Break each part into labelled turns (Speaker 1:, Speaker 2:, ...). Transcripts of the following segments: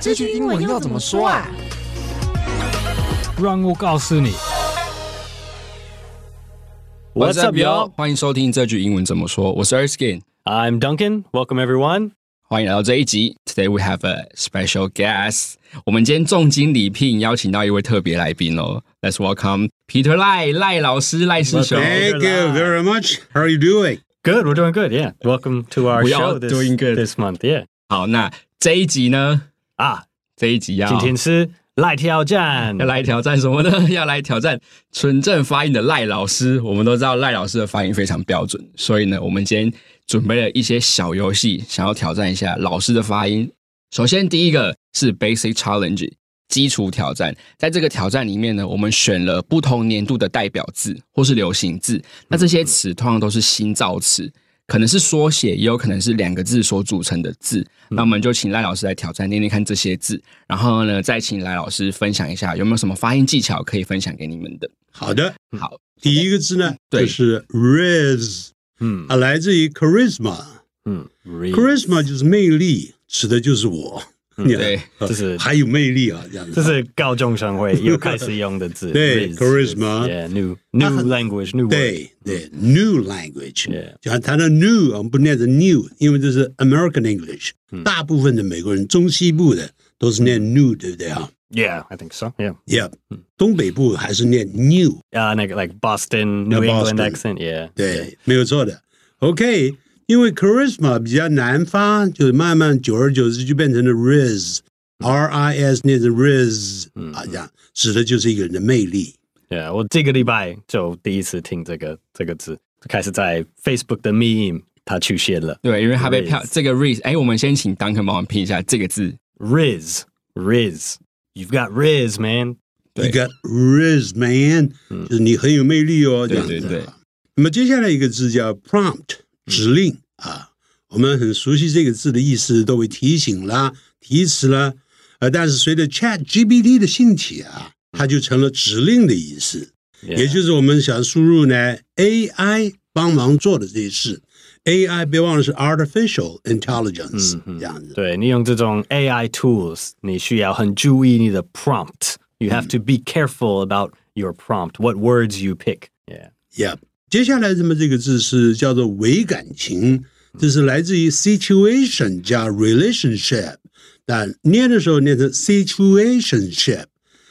Speaker 1: 这句英文要怎么说啊？
Speaker 2: 让我告诉你。
Speaker 3: What's up, y'all？
Speaker 4: 欢迎收听这句英文怎么说。我是 Erskin，
Speaker 3: I'm Duncan. Welcome, everyone.
Speaker 4: 欢迎来到这一集。Today we have a special guest。我们今天重金礼聘邀请到一位特别来宾哦。Let's welcome Peter 赖赖老师赖师兄。
Speaker 3: Thank
Speaker 5: Thank
Speaker 3: you.
Speaker 5: you very much. How are you doing?
Speaker 3: Good. We're doing good. Yeah. Welcome to our
Speaker 4: We
Speaker 3: show.
Speaker 4: are
Speaker 3: this,
Speaker 4: doing good.
Speaker 3: this month. Yeah.
Speaker 4: 好，那这一集呢？
Speaker 3: 啊，
Speaker 4: 这一集要
Speaker 3: 今天是赖挑战。
Speaker 4: 要来挑战什么呢？ 要来挑战纯正发音的赖老师。我们都知道赖老师的发音非常标准，所以呢，我们今天准备了一些小游戏，想要挑战一下老师的发音。首先，第一个是 Basic Challenge 基础挑战，在这个挑战里面呢，我们选了不同年度的代表字或是流行字，那这些词通常都是新造词。可能是缩写，也有可能是两个字所组成的字。那我们就请赖老师来挑战，念念看这些字。然后呢，再请来老师分享一下有没有什么发音技巧可以分享给你们的。
Speaker 5: 好的，
Speaker 4: 好，
Speaker 5: 第一个字呢，
Speaker 4: 对
Speaker 5: 就是 riz
Speaker 3: 嗯
Speaker 5: 啊，来自于 charisma。
Speaker 3: 嗯
Speaker 5: charisma 就是魅力，指的就是我。你看
Speaker 4: 对，
Speaker 5: 呃
Speaker 3: 嗯就是
Speaker 5: 还有魅力啊，这样子。
Speaker 3: 这是高中生会又开始用的字。
Speaker 5: 对 charisma Uh-huh。
Speaker 3: Yeah. New new language. New word.
Speaker 5: 对对，new language，
Speaker 3: Yeah
Speaker 5: 就像它的 new，我们不念成 new，因为这是 American English，大
Speaker 3: 嗯
Speaker 5: 部分的美国人中西部的都是念 new，对不对啊
Speaker 3: Yeah. I think so. Yeah.
Speaker 5: ？Yeah，东北部还是念 new，
Speaker 3: 啊，那个 Uh, like Boston New
Speaker 5: Yeah,
Speaker 3: England
Speaker 5: Boston.
Speaker 3: accent. Yeah.
Speaker 5: 对，没有错的。OK，因为 charisma 比较难发，就是慢慢久而久之就变成了 riz，r i s 念成 riz，啊，
Speaker 4: 嗯
Speaker 5: 这样指的就是一个人的魅力。
Speaker 3: Yeah，我这个礼拜就第一次听这个这个字，开始在 Facebook 的 meme 它出现了
Speaker 4: 对，因为他被
Speaker 3: Riz
Speaker 4: 票这个 Riz，哎，我们先请 Duncan 帮我们拼一下这个字。
Speaker 3: Riz Riz。You've got Riz, man.
Speaker 5: You
Speaker 4: 对嗯
Speaker 5: got riz man，、就是你很有魅力哦，这
Speaker 4: 对
Speaker 5: 样子、啊。
Speaker 4: 对对，嗯
Speaker 5: 那么接下来一个字叫 prompt，指令、啊，我们很熟悉这个字的意思，都会提醒啦、提词啦，呃，但是随着 Chat GPT 的兴起
Speaker 4: 嗯
Speaker 5: 啊，它就成了指令的意思，
Speaker 3: Yeah,
Speaker 5: 也就是我们想输入呢 AI 帮忙做的这些事。AI 别忘了是 artificial intelligence，、这样子。
Speaker 3: 对你用这种 AI tools，你需要很注意你的 prompt. You have to be careful about your prompt, what words you pick. Yeah.
Speaker 5: Yeah，接下来那么这个字是叫做伪感情，这是来自于 situation 加 relationship，但念的时候念成 situationship。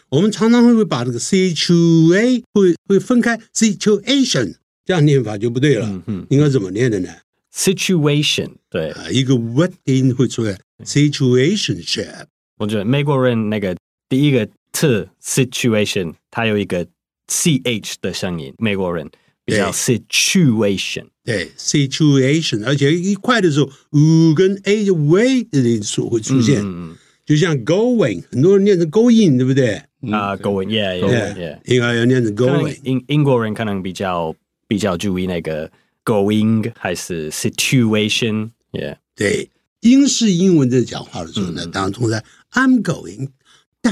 Speaker 5: 我们常常会不会把这个 situa 会会分开 situation，这样念法就不对了。
Speaker 3: 嗯
Speaker 5: 应该怎么念的呢？
Speaker 3: Situation，对，
Speaker 5: 啊，一个 what 音会出来 situationship。
Speaker 3: 我觉得美国人那个第一个字 situation，它有一个 ch 的声音，美国人比较
Speaker 5: 对
Speaker 3: situation。
Speaker 5: 对，situation，而且一块的时候，u 跟 a 就 way 的音素会出
Speaker 3: 嗯
Speaker 5: 现，就像 going，很多人念成 going，对不嗯对？
Speaker 3: 啊、g o i n g yeah yeah yeah，
Speaker 5: 应该要念成
Speaker 3: 可能
Speaker 5: going。
Speaker 3: 英英国人可能比较比较注意那个 going 还是 situation yeah，
Speaker 5: 对，英式英文在讲话的时候呢，当然通常 I'm going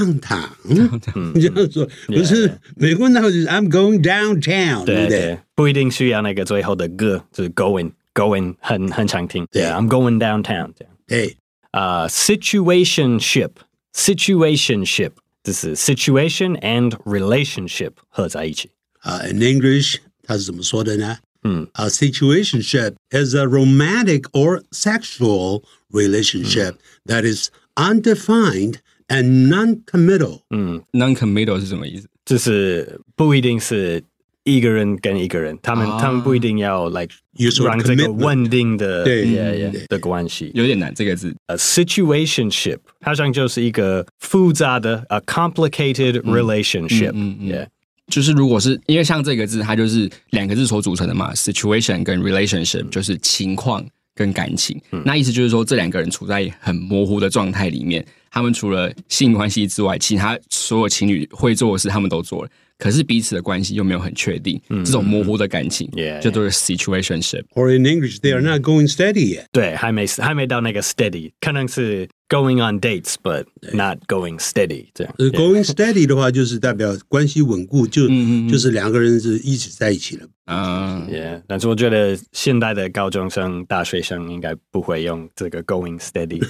Speaker 3: 嗯
Speaker 5: downtown，这 样说。可是美国那会就是 I'm going downtown，对
Speaker 3: 对
Speaker 5: 不对
Speaker 3: 对？，不一定需要那个最后的 g，就是 going going 很很常听
Speaker 5: 对
Speaker 3: ，yeah，I'm going downtown 这样。
Speaker 5: 对
Speaker 3: 啊、s i t u a t i o n s h i p situationship，这是 situation and relationship 合在一起。
Speaker 5: 啊，in Uh, English 它是怎么说的呢？
Speaker 4: Hmm.
Speaker 3: 嗯
Speaker 5: ，a situationship is a romantic or sexual
Speaker 4: Hmm.
Speaker 5: relationship that is undefined and non-committal。
Speaker 4: Hmm.
Speaker 3: 嗯，
Speaker 4: Non-committal 是什么意思？
Speaker 3: 就是不一定是一个人跟一个人，他们、
Speaker 4: 啊
Speaker 3: 他们不一定要 like
Speaker 5: 有时候
Speaker 3: 让这个
Speaker 5: commitment
Speaker 3: 稳定的
Speaker 5: 对
Speaker 3: yeah,
Speaker 5: 对
Speaker 3: yeah, 的关系。
Speaker 4: 有点难，这个字。
Speaker 3: 呃、s i t u a t i o n s h i p 好像就是一个复杂的 a complicated relationship，yeah，、
Speaker 4: 嗯嗯就是如果是因为像这个字，它就是两个字所组成的嘛，situation 跟 relationship 就是情况跟感情。那意思就是说，这两个人处在很模糊的状态里面，他们除了性关系之外，其他所有情侣会做的事他们都做了，可是彼此的关系又没有很确定，这种模糊的感情
Speaker 3: Yeah，
Speaker 4: 就都是 situationship。
Speaker 5: Or in English, they are not going steady yet.
Speaker 3: 对，还没还没到那个 steady，可能是 going on dates but not going steady 这样。
Speaker 5: 呃
Speaker 3: Yeah.
Speaker 5: going steady 的话，就是代表关系稳固，就
Speaker 4: 嗯嗯嗯
Speaker 5: 就是两个人是一起在一起了。
Speaker 4: 啊，
Speaker 3: Yeah，但是我觉得现代的高中生、大学生应该不会用这个 going steady，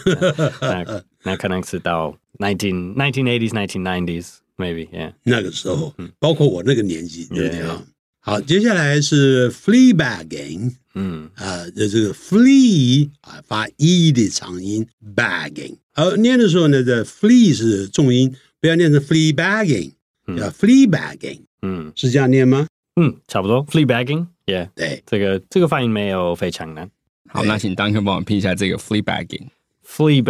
Speaker 3: 那那那可能是到 nineteen nineteen eighties nineteen nineties maybe yeah。
Speaker 5: 那个时候，包括我那个年纪，对不对
Speaker 3: Yeah.
Speaker 5: 啊？好，接下来是 fleabagging
Speaker 3: 嗯，
Speaker 5: 啊、这这个 flea 啊发 e 的长音 bagging，而念的时候呢，这 flea 是重音，不要念成 flea bagging，
Speaker 3: 嗯
Speaker 5: 叫 flea bagging，
Speaker 3: 嗯
Speaker 5: 是这样念吗？
Speaker 3: 嗯，差不多 flea bagging，yeah，
Speaker 5: 对
Speaker 3: 这个这个发音没有非常难。
Speaker 4: 好，那请 Duncan 帮我拼一下这个 flea bagging。
Speaker 3: flea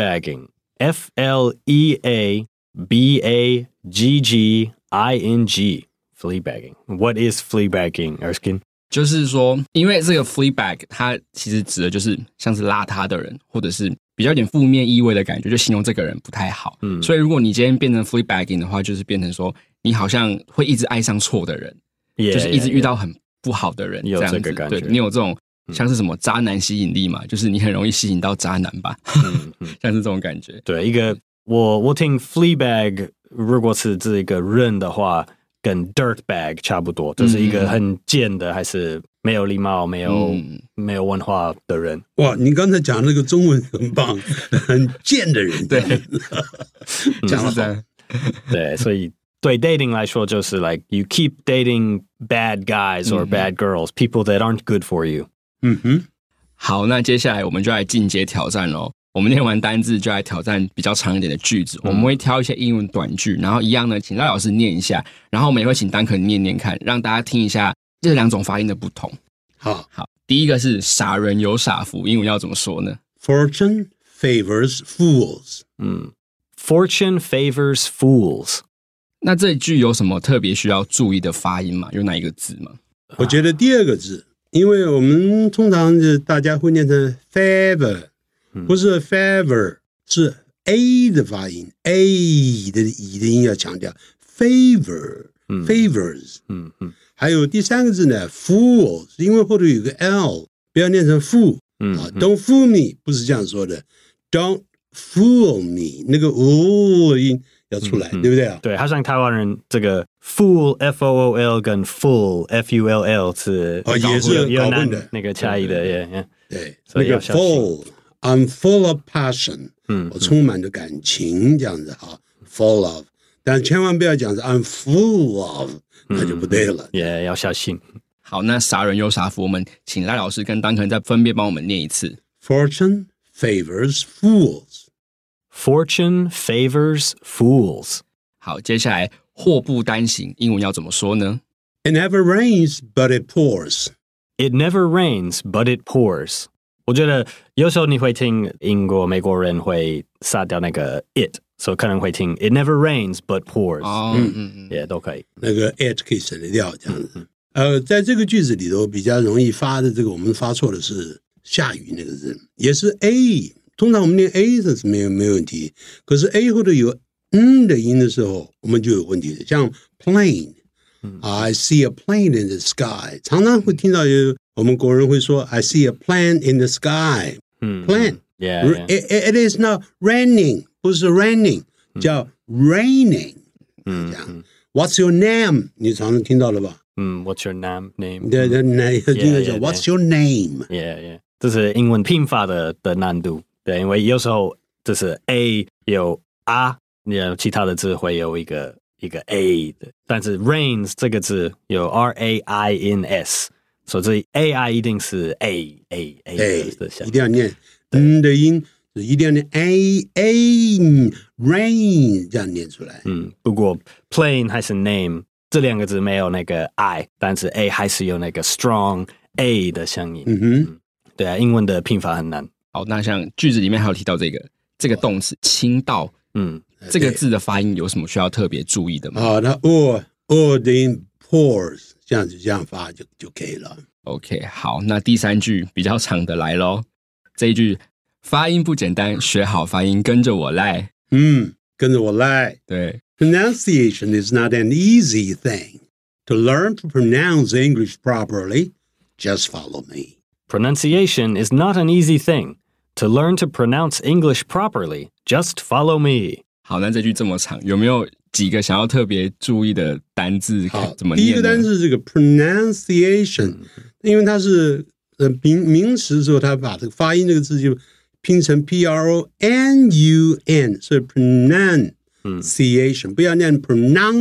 Speaker 3: bagging，f l e a b a g g i n g，flea bagging，what is flea bagging？Erskine，
Speaker 4: 就是说，因为这个 flea bag 它其实指的就是像是邋遢的人，或者是比较有点负面意味的感觉，就形容这个人不太好。
Speaker 3: 嗯
Speaker 4: 所以如果你今天变成 flea bagging 的话，就是变成说你好像会一直爱上错的人，
Speaker 3: 以
Speaker 4: 就是一直遇到很不好的人，
Speaker 3: 有
Speaker 4: 这样子
Speaker 3: 这个感觉嗯
Speaker 4: 对你有这种像是什么渣男吸引力嘛？就是你很容易吸引到渣男吧， 像是这种感觉。
Speaker 3: 对，一个我我听 Fleabag，如果是这个人的话，跟 Dirtbag 差不多，就是一个很贱的，还是没有礼貌、没有、
Speaker 4: 嗯
Speaker 3: 没有文化的人。
Speaker 5: 哇，你刚才讲那个中文很棒，很贱的人，
Speaker 4: 对，
Speaker 3: 嗯
Speaker 4: 就是
Speaker 5: 讲得
Speaker 4: 这
Speaker 5: 好。
Speaker 4: 样。
Speaker 3: 对，所以对 dating 来说，就是 like you keep dating bad guys or
Speaker 4: 嗯
Speaker 3: bad girls, people that aren't good for you。
Speaker 5: 嗯哼，
Speaker 4: 好，那接下来我们就来进阶挑战喽。我们念完单字就来挑战比较长一点的句子，我们会挑一些英文短句，然后一样呢，请赖老师念一下，然后我们也会请丹肯念念看，让大家听一下这两种发音的不同。
Speaker 5: 好
Speaker 4: 好，第一个是傻人有傻福，英文要怎么说呢？
Speaker 5: ，Fortune favors fools。
Speaker 3: 嗯，Fortune favors fools。
Speaker 4: 那这一句有什么特别需要注意的发音吗？有哪一个字吗？
Speaker 5: 啊我觉得第二个字，因为我们通常是大家会念成 favor，不
Speaker 3: 嗯
Speaker 5: 是 favor，是 a 的发音，a 的 e 的音要强调 favor。favors，
Speaker 3: Mm, 嗯嗯
Speaker 5: 还有第三个字呢，fool，因为后头有个 l，不要念成 fool
Speaker 3: 嗯
Speaker 5: 啊，don't fool me，不是这样说的，don't fool me，那个哦音要出
Speaker 3: 嗯
Speaker 5: 来，对不对啊？
Speaker 3: 对，好像台湾人这个 fool f o o l 跟 full f u l l 是搞
Speaker 5: 哦也是
Speaker 3: 混有有
Speaker 5: 搞混
Speaker 3: 难
Speaker 5: 的
Speaker 3: 那个差异的，耶耶。
Speaker 5: 对，
Speaker 3: 所
Speaker 5: 那
Speaker 3: 以要
Speaker 5: 个
Speaker 3: 小心
Speaker 5: full，I'm full of passion，
Speaker 3: 嗯
Speaker 5: 我充满着感情这样子哈，full of，但千万不要讲是 I'm full of，那就不对了。
Speaker 3: 也要小心。
Speaker 4: 好，那傻人有傻福，我们请赖老师跟丹肯再分别帮我们念一次。
Speaker 5: Fortune favors fools，
Speaker 3: Fortune favors fools.
Speaker 4: 好，接下来祸不单行，英文要怎么说呢？
Speaker 5: it never rains but it pours。
Speaker 3: It never rains, but it pours. 我觉得有时候你会听英国、美国人会杀掉那个 it，所以可能会听 it never rains but pours，
Speaker 4: 哦，嗯嗯嗯，
Speaker 3: 也都可以。
Speaker 5: 那个 it 可以省略掉这样子。呃，在这个句子里头比较容易发的这个，我们发错的是下雨那个字，也是 a。通常我们念 a 这是没有没有问题，可是 a 后头有嗯的音的时候，我们就有问题了。像 plane，I 啊 see a plane in the sky，常常会听到有我们国人会说 I see a plane in the sky。
Speaker 3: 嗯
Speaker 5: Plan
Speaker 3: ，yeah，yeah，
Speaker 5: It, it it is not raining，不是 raining，叫 raining。
Speaker 3: 嗯
Speaker 5: 这样，What's your name？你常常听到了吧？
Speaker 3: 嗯，What's your nam- name？
Speaker 5: 对对，那应该叫
Speaker 3: yeah,
Speaker 5: What's your name？
Speaker 3: Yeah, yeah，这是英文拼法的的难度。对，因为有时候就是 a 有啊，有其他的字会有一个一个 a 的，但是 rains 这个字有 r a i n s，所以这 a i 一定是 a a a
Speaker 5: 哎
Speaker 3: 的的像
Speaker 5: 一定要念嗯的音，一定要念 a a rain 这样念出来。
Speaker 3: 嗯，不过 plane 还是 name 这两个字没有那个 i，但是 a 还是有那个 strong a 的声音。
Speaker 5: 嗯哼，
Speaker 3: 对啊，英文的拼法很难。
Speaker 4: 好，那像句子里面还有提到这个这个动词“倾倒
Speaker 3: 嗯，”
Speaker 4: 这个
Speaker 5: 哦呃对
Speaker 4: 字的发音有什么需要特别注意的吗
Speaker 5: 啊，那 or or 的音 pours 这样子这样发就就可以了。
Speaker 4: ？OK，好，那第三句比较长的来喽。这一句发音不简单，学好发音，跟着我来。
Speaker 5: 嗯，跟着我来。
Speaker 4: 对，
Speaker 5: Pronunciation is not an easy thing. To learn to pronounce English properly, just follow me.
Speaker 3: Pronunciation is not an easy thing. To learn to pronounce English properly, just follow me.
Speaker 4: 好，那这句这么长，有没有几个想要特别注意的单字？
Speaker 5: 好，
Speaker 4: 怎么
Speaker 5: 第一
Speaker 4: 念
Speaker 5: 个
Speaker 4: 呢？嗯
Speaker 5: 单是这个 pronunciation，、因为它是呃名名词的时候，它把这个发音这个字就拼成 p r o n u n，所以
Speaker 4: 嗯
Speaker 5: pronunciation、不要念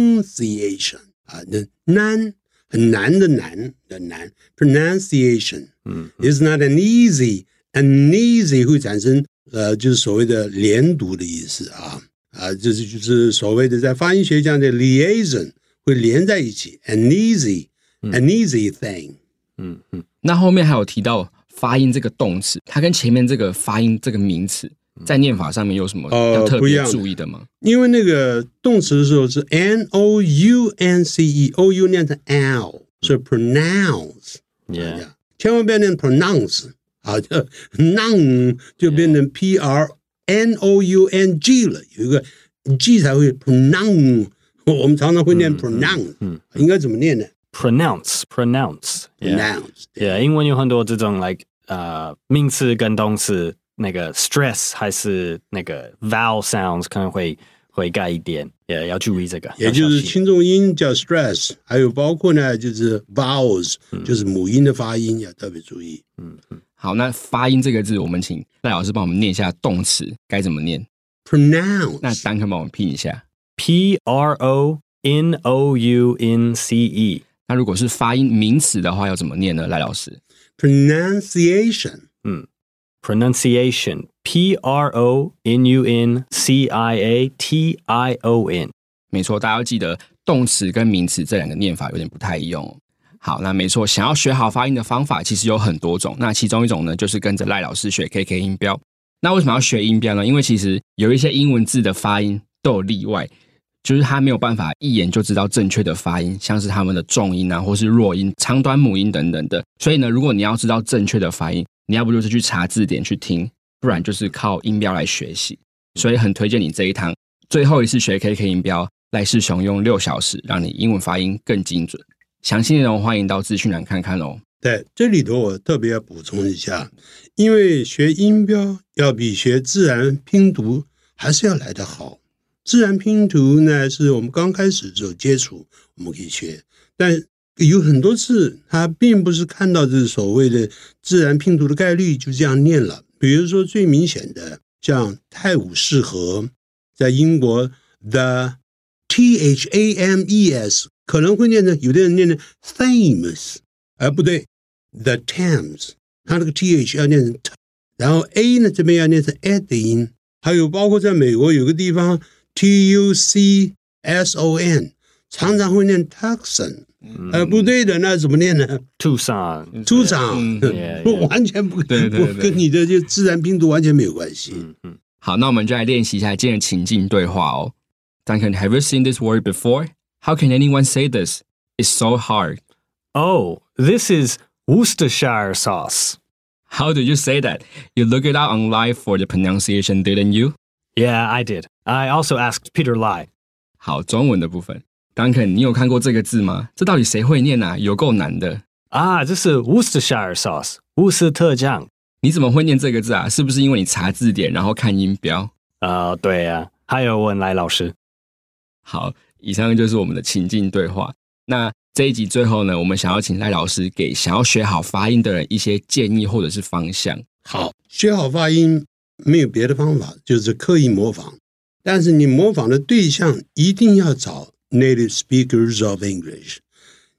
Speaker 5: pronunciation 啊，那难很难的难的难 pronunciation，
Speaker 3: 嗯
Speaker 5: ，is not an easy an easy 会产生呃就是所谓的连读的意思啊啊，就是就是所谓的在发音学讲的 liaison 会连在一起 an easy an easy thing。
Speaker 3: 嗯嗯，
Speaker 4: 那后面还有提到发音这个动词，它跟前面这个发音这个名词在念法上面有什么
Speaker 5: 嗯呃
Speaker 4: 要特
Speaker 5: 不一
Speaker 4: 别
Speaker 5: 样的
Speaker 4: 注意的吗？
Speaker 5: 因为那个动词的时候是 n o u n c e，o u 念成 l，所以 pronounce，
Speaker 3: Yeah.
Speaker 5: 千万不要念 pronounce 啊，就 noun 就变成 p r n o u n g 了，有一个 g 才会 pronoun，我们常常会念 pronoun，
Speaker 3: 嗯
Speaker 5: 应该怎么念呢
Speaker 3: Pronounce, pronounce. Yeah.
Speaker 5: ？pronounce，
Speaker 3: Yeah, 英文有很多这种 like 呃名词跟动词那个 stress 还是那个 vowel sounds 可能会会盖一点，也要注意这个。
Speaker 5: 也就是
Speaker 3: 要小心
Speaker 5: 轻重音叫 stress，还有包括呢就是 vowels，就是
Speaker 3: 嗯
Speaker 5: 母音的发音要特别注意。
Speaker 4: 好，那发音这个字，我们请赖老师帮我们念一下动词该怎么念。
Speaker 5: pronounce，
Speaker 4: 那丹肯帮我们拼一下。
Speaker 3: P R O N O U N C E。
Speaker 4: 那如果是发音名词的话，要怎么念呢？赖老师，
Speaker 5: pronunciation。
Speaker 3: pronunciation P R O N U N C I A T I O N。
Speaker 4: 没错，大家要记得动词跟名词这两个念法有点不太一样哦。好，那没错，想要学好发音的方法其实有很多种。那其中一种呢，就是跟着赖老师学 KK 音标。那为什么要学音标呢？因为其实有一些英文字的发音都有例外，就是他没有办法一眼就知道正确的发音，像是他们的重音啊，或是弱音、长短母音等等的。所以呢，如果你要知道正确的发音，你要不就是去查字典去听，不然就是靠音标来学习。所以很推荐你这一堂最后一次学 KK 音标，赖世雄用六小时让你英文发音更精准。详细内容欢迎到资讯栏看看哦。
Speaker 5: 对，这里头我特别要补充一下，因为学音标要比学自然拼读还是要来得好。自然拼读呢，是我们刚开始就接触，我们可以学，但有很多次它并不是看到这所谓的自然拼读的概率就这样念了。比如说最明显的，像泰晤士河，在英国 the T H A M E S 可能会念成，有的人念成 Thames，而不对，the Thames，它那个 T H 要念成 t，然后 A 呢这边要念成 a 的音，还有包括在美国有个地方 T U C S O N，常常会念 Tucson，呃不对的，那怎么念呢？
Speaker 3: Mm. Tucson，
Speaker 5: 出场
Speaker 4: 嗯，
Speaker 3: 对
Speaker 5: 不完全不
Speaker 4: 对对对
Speaker 5: 不跟你的就自然拼读完全没有关系。
Speaker 3: 嗯嗯
Speaker 4: 好，那我们就来练习一下今天的情境对话哦。Duncan, have you seen this word before? How can anyone say this? It's so hard.
Speaker 3: ，Oh, this is Worcestershire sauce.
Speaker 4: How do you say that? You look it up online for the pronunciation, didn't you?
Speaker 3: Yeah, I did. I also asked Peter Lai.
Speaker 4: 好，中文的部分，Duncan，你有看过这个字吗？这到底谁会念啊？有够难的。
Speaker 3: 啊，这是 Ah, Worcestershire sauce，乌斯特酱。
Speaker 4: 你怎么会念这个字啊？是不是因为你查字典，然后看音标？
Speaker 3: 啊，对呀、还有文莱老师。
Speaker 4: 好，以上就是我们的情境对话。那这一集最后呢，我们想要请赖老师给想要学好发音的人一些建议或者是方向。
Speaker 5: 好，学好发音没有别的方法，就是刻意模仿。但是你模仿的对象一定要找 native speakers of English，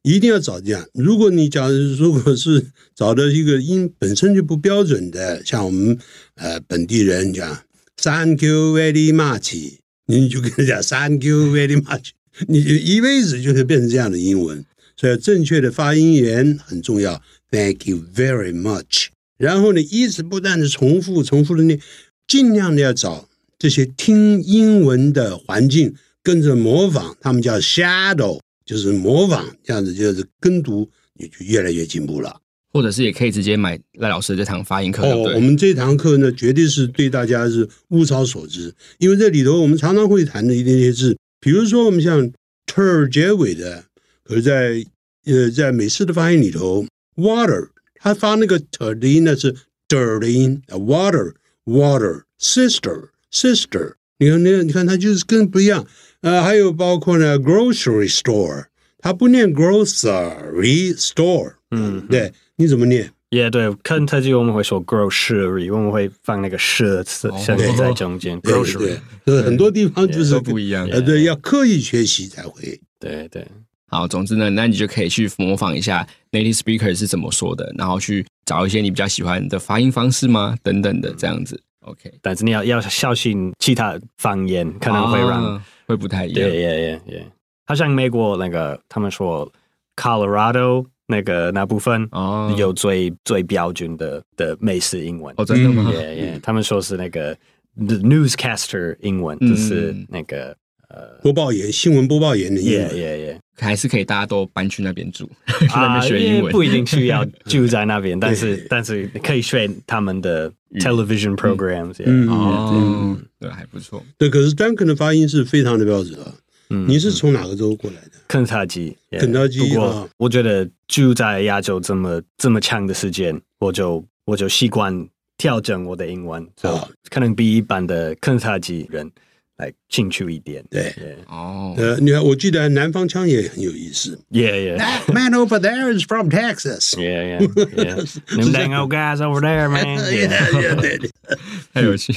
Speaker 5: 一定要找这样。如果你讲如果是找的一个音本身就不标准的，像我们呃本地人讲 Thank you very much，你就跟他讲 Thank you very much，你就一辈子就会变成这样的英文。所以正确的发音源很重要。Thank you very much。然后呢，一直不断的重复、重复的念，尽量的要找这些听英文的环境，跟着模仿，他们叫 shadow，就是模仿，这样子就是跟读，你就越来越进步了。
Speaker 4: 或者是也可以直接买赖老师的这堂发音课，对不
Speaker 5: 哦
Speaker 4: 对，
Speaker 5: 我们这堂课呢，绝对是对大家是物超所值，因为这里头我们常常会谈的一些是，比如说我们像 ter 结尾的，可是在，呃，在美式的发音里头，water 它发那个 t 的音呢是 d 的音啊，water water sister sister，你看那你看它就是更不一样。呃，还有包括呢 grocery store，它不念 grocery store，
Speaker 3: 嗯，
Speaker 5: 对，你怎么念？
Speaker 3: 也 Mm-hmm. 对，肯特基我们会说 grocery，我们会放那个是是
Speaker 4: 哦
Speaker 3: 声在中间
Speaker 5: 对
Speaker 3: ，grocery，
Speaker 5: 对，就是很多地方就是
Speaker 4: 都不一样。
Speaker 5: 呃，对，要刻意学习才会。
Speaker 3: 对对，
Speaker 4: 好，总之呢，那你就可以去模仿一下 native speaker 是怎么说的，然后去找一些你比较喜欢的发音方式吗？等等的这样子。OK，
Speaker 3: 但是你要要小心其他方言可能会让
Speaker 4: 啊会不太一
Speaker 3: 对
Speaker 4: 样。
Speaker 3: 耶耶耶，好像美国那个他们说 Colorado 那个那部分
Speaker 4: 哦
Speaker 3: 有最最标准的的美式英文，
Speaker 4: 哦，真的吗？
Speaker 3: 耶耶，他们说是那个 the newscaster 英文，
Speaker 4: 嗯
Speaker 3: 就是那个啊
Speaker 5: 播报员、新闻播报员的英
Speaker 3: 耶
Speaker 5: 文，
Speaker 3: 耶耶，
Speaker 4: 还是可以大家都搬去那边住， 去那边学英
Speaker 3: 也
Speaker 4: 文。
Speaker 3: 啊不一定需要住在那 边，但
Speaker 5: 对
Speaker 3: 是但是可以选他们的
Speaker 4: 语
Speaker 3: television programs，
Speaker 5: 嗯
Speaker 3: 耶
Speaker 4: 哦，对，还不错。
Speaker 5: 对。可是丹肯的发音是非常的标准啊。
Speaker 3: 嗯
Speaker 5: 你是从哪个州过来的？
Speaker 3: 肯塔基，耶
Speaker 5: 肯塔基
Speaker 3: 不
Speaker 5: 啊
Speaker 3: 过我觉得住在亚洲这么这么长的时间，我就我就习惯调整我的英文，就、
Speaker 5: 啊
Speaker 3: 可能比一般的肯塔基人来清楚一点。
Speaker 5: 对，
Speaker 4: 哦，
Speaker 5: 呃，你看，我记得南方腔也很有意思。
Speaker 3: Yeah, yeah,
Speaker 5: That man over there is from Texas.
Speaker 3: yeah, yeah. yeah. Them dang old guys over there, man.
Speaker 5: 对
Speaker 3: Yeah.
Speaker 5: 对对
Speaker 4: 太有趣。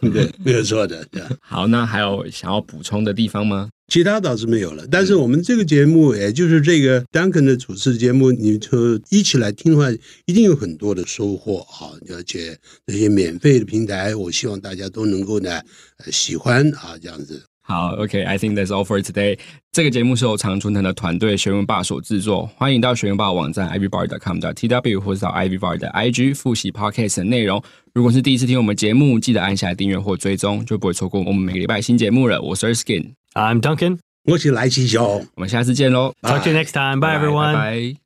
Speaker 5: 对，没有错的。对
Speaker 4: 好，那还有想要补充的地方吗？
Speaker 5: 其他倒是没有了，但是我们这个节目，也就是这个 Duncan 的主持节目，你就一起来听的话，一定有很多的收获啊！而且这些免费的平台，我希望大家都能够呢、呃、喜欢啊，这样子。
Speaker 4: 好，OK，I、think that's all for today。这个节目是由常春藤的团队学文霸所制作，欢迎到学文霸网站 ivbar.com.tw 或是到 ivbar 的 IG 复习 Podcast 的内容。如果是第一次听我们节目，记得按下订阅或追踪，就不会错过我们每个礼拜新节目了。我是 Skin，
Speaker 3: I'm Duncan.
Speaker 5: 我是来西小。
Speaker 4: 我们下次见喽，
Speaker 3: Talk to you next time. Bye, everyone.
Speaker 4: 拜拜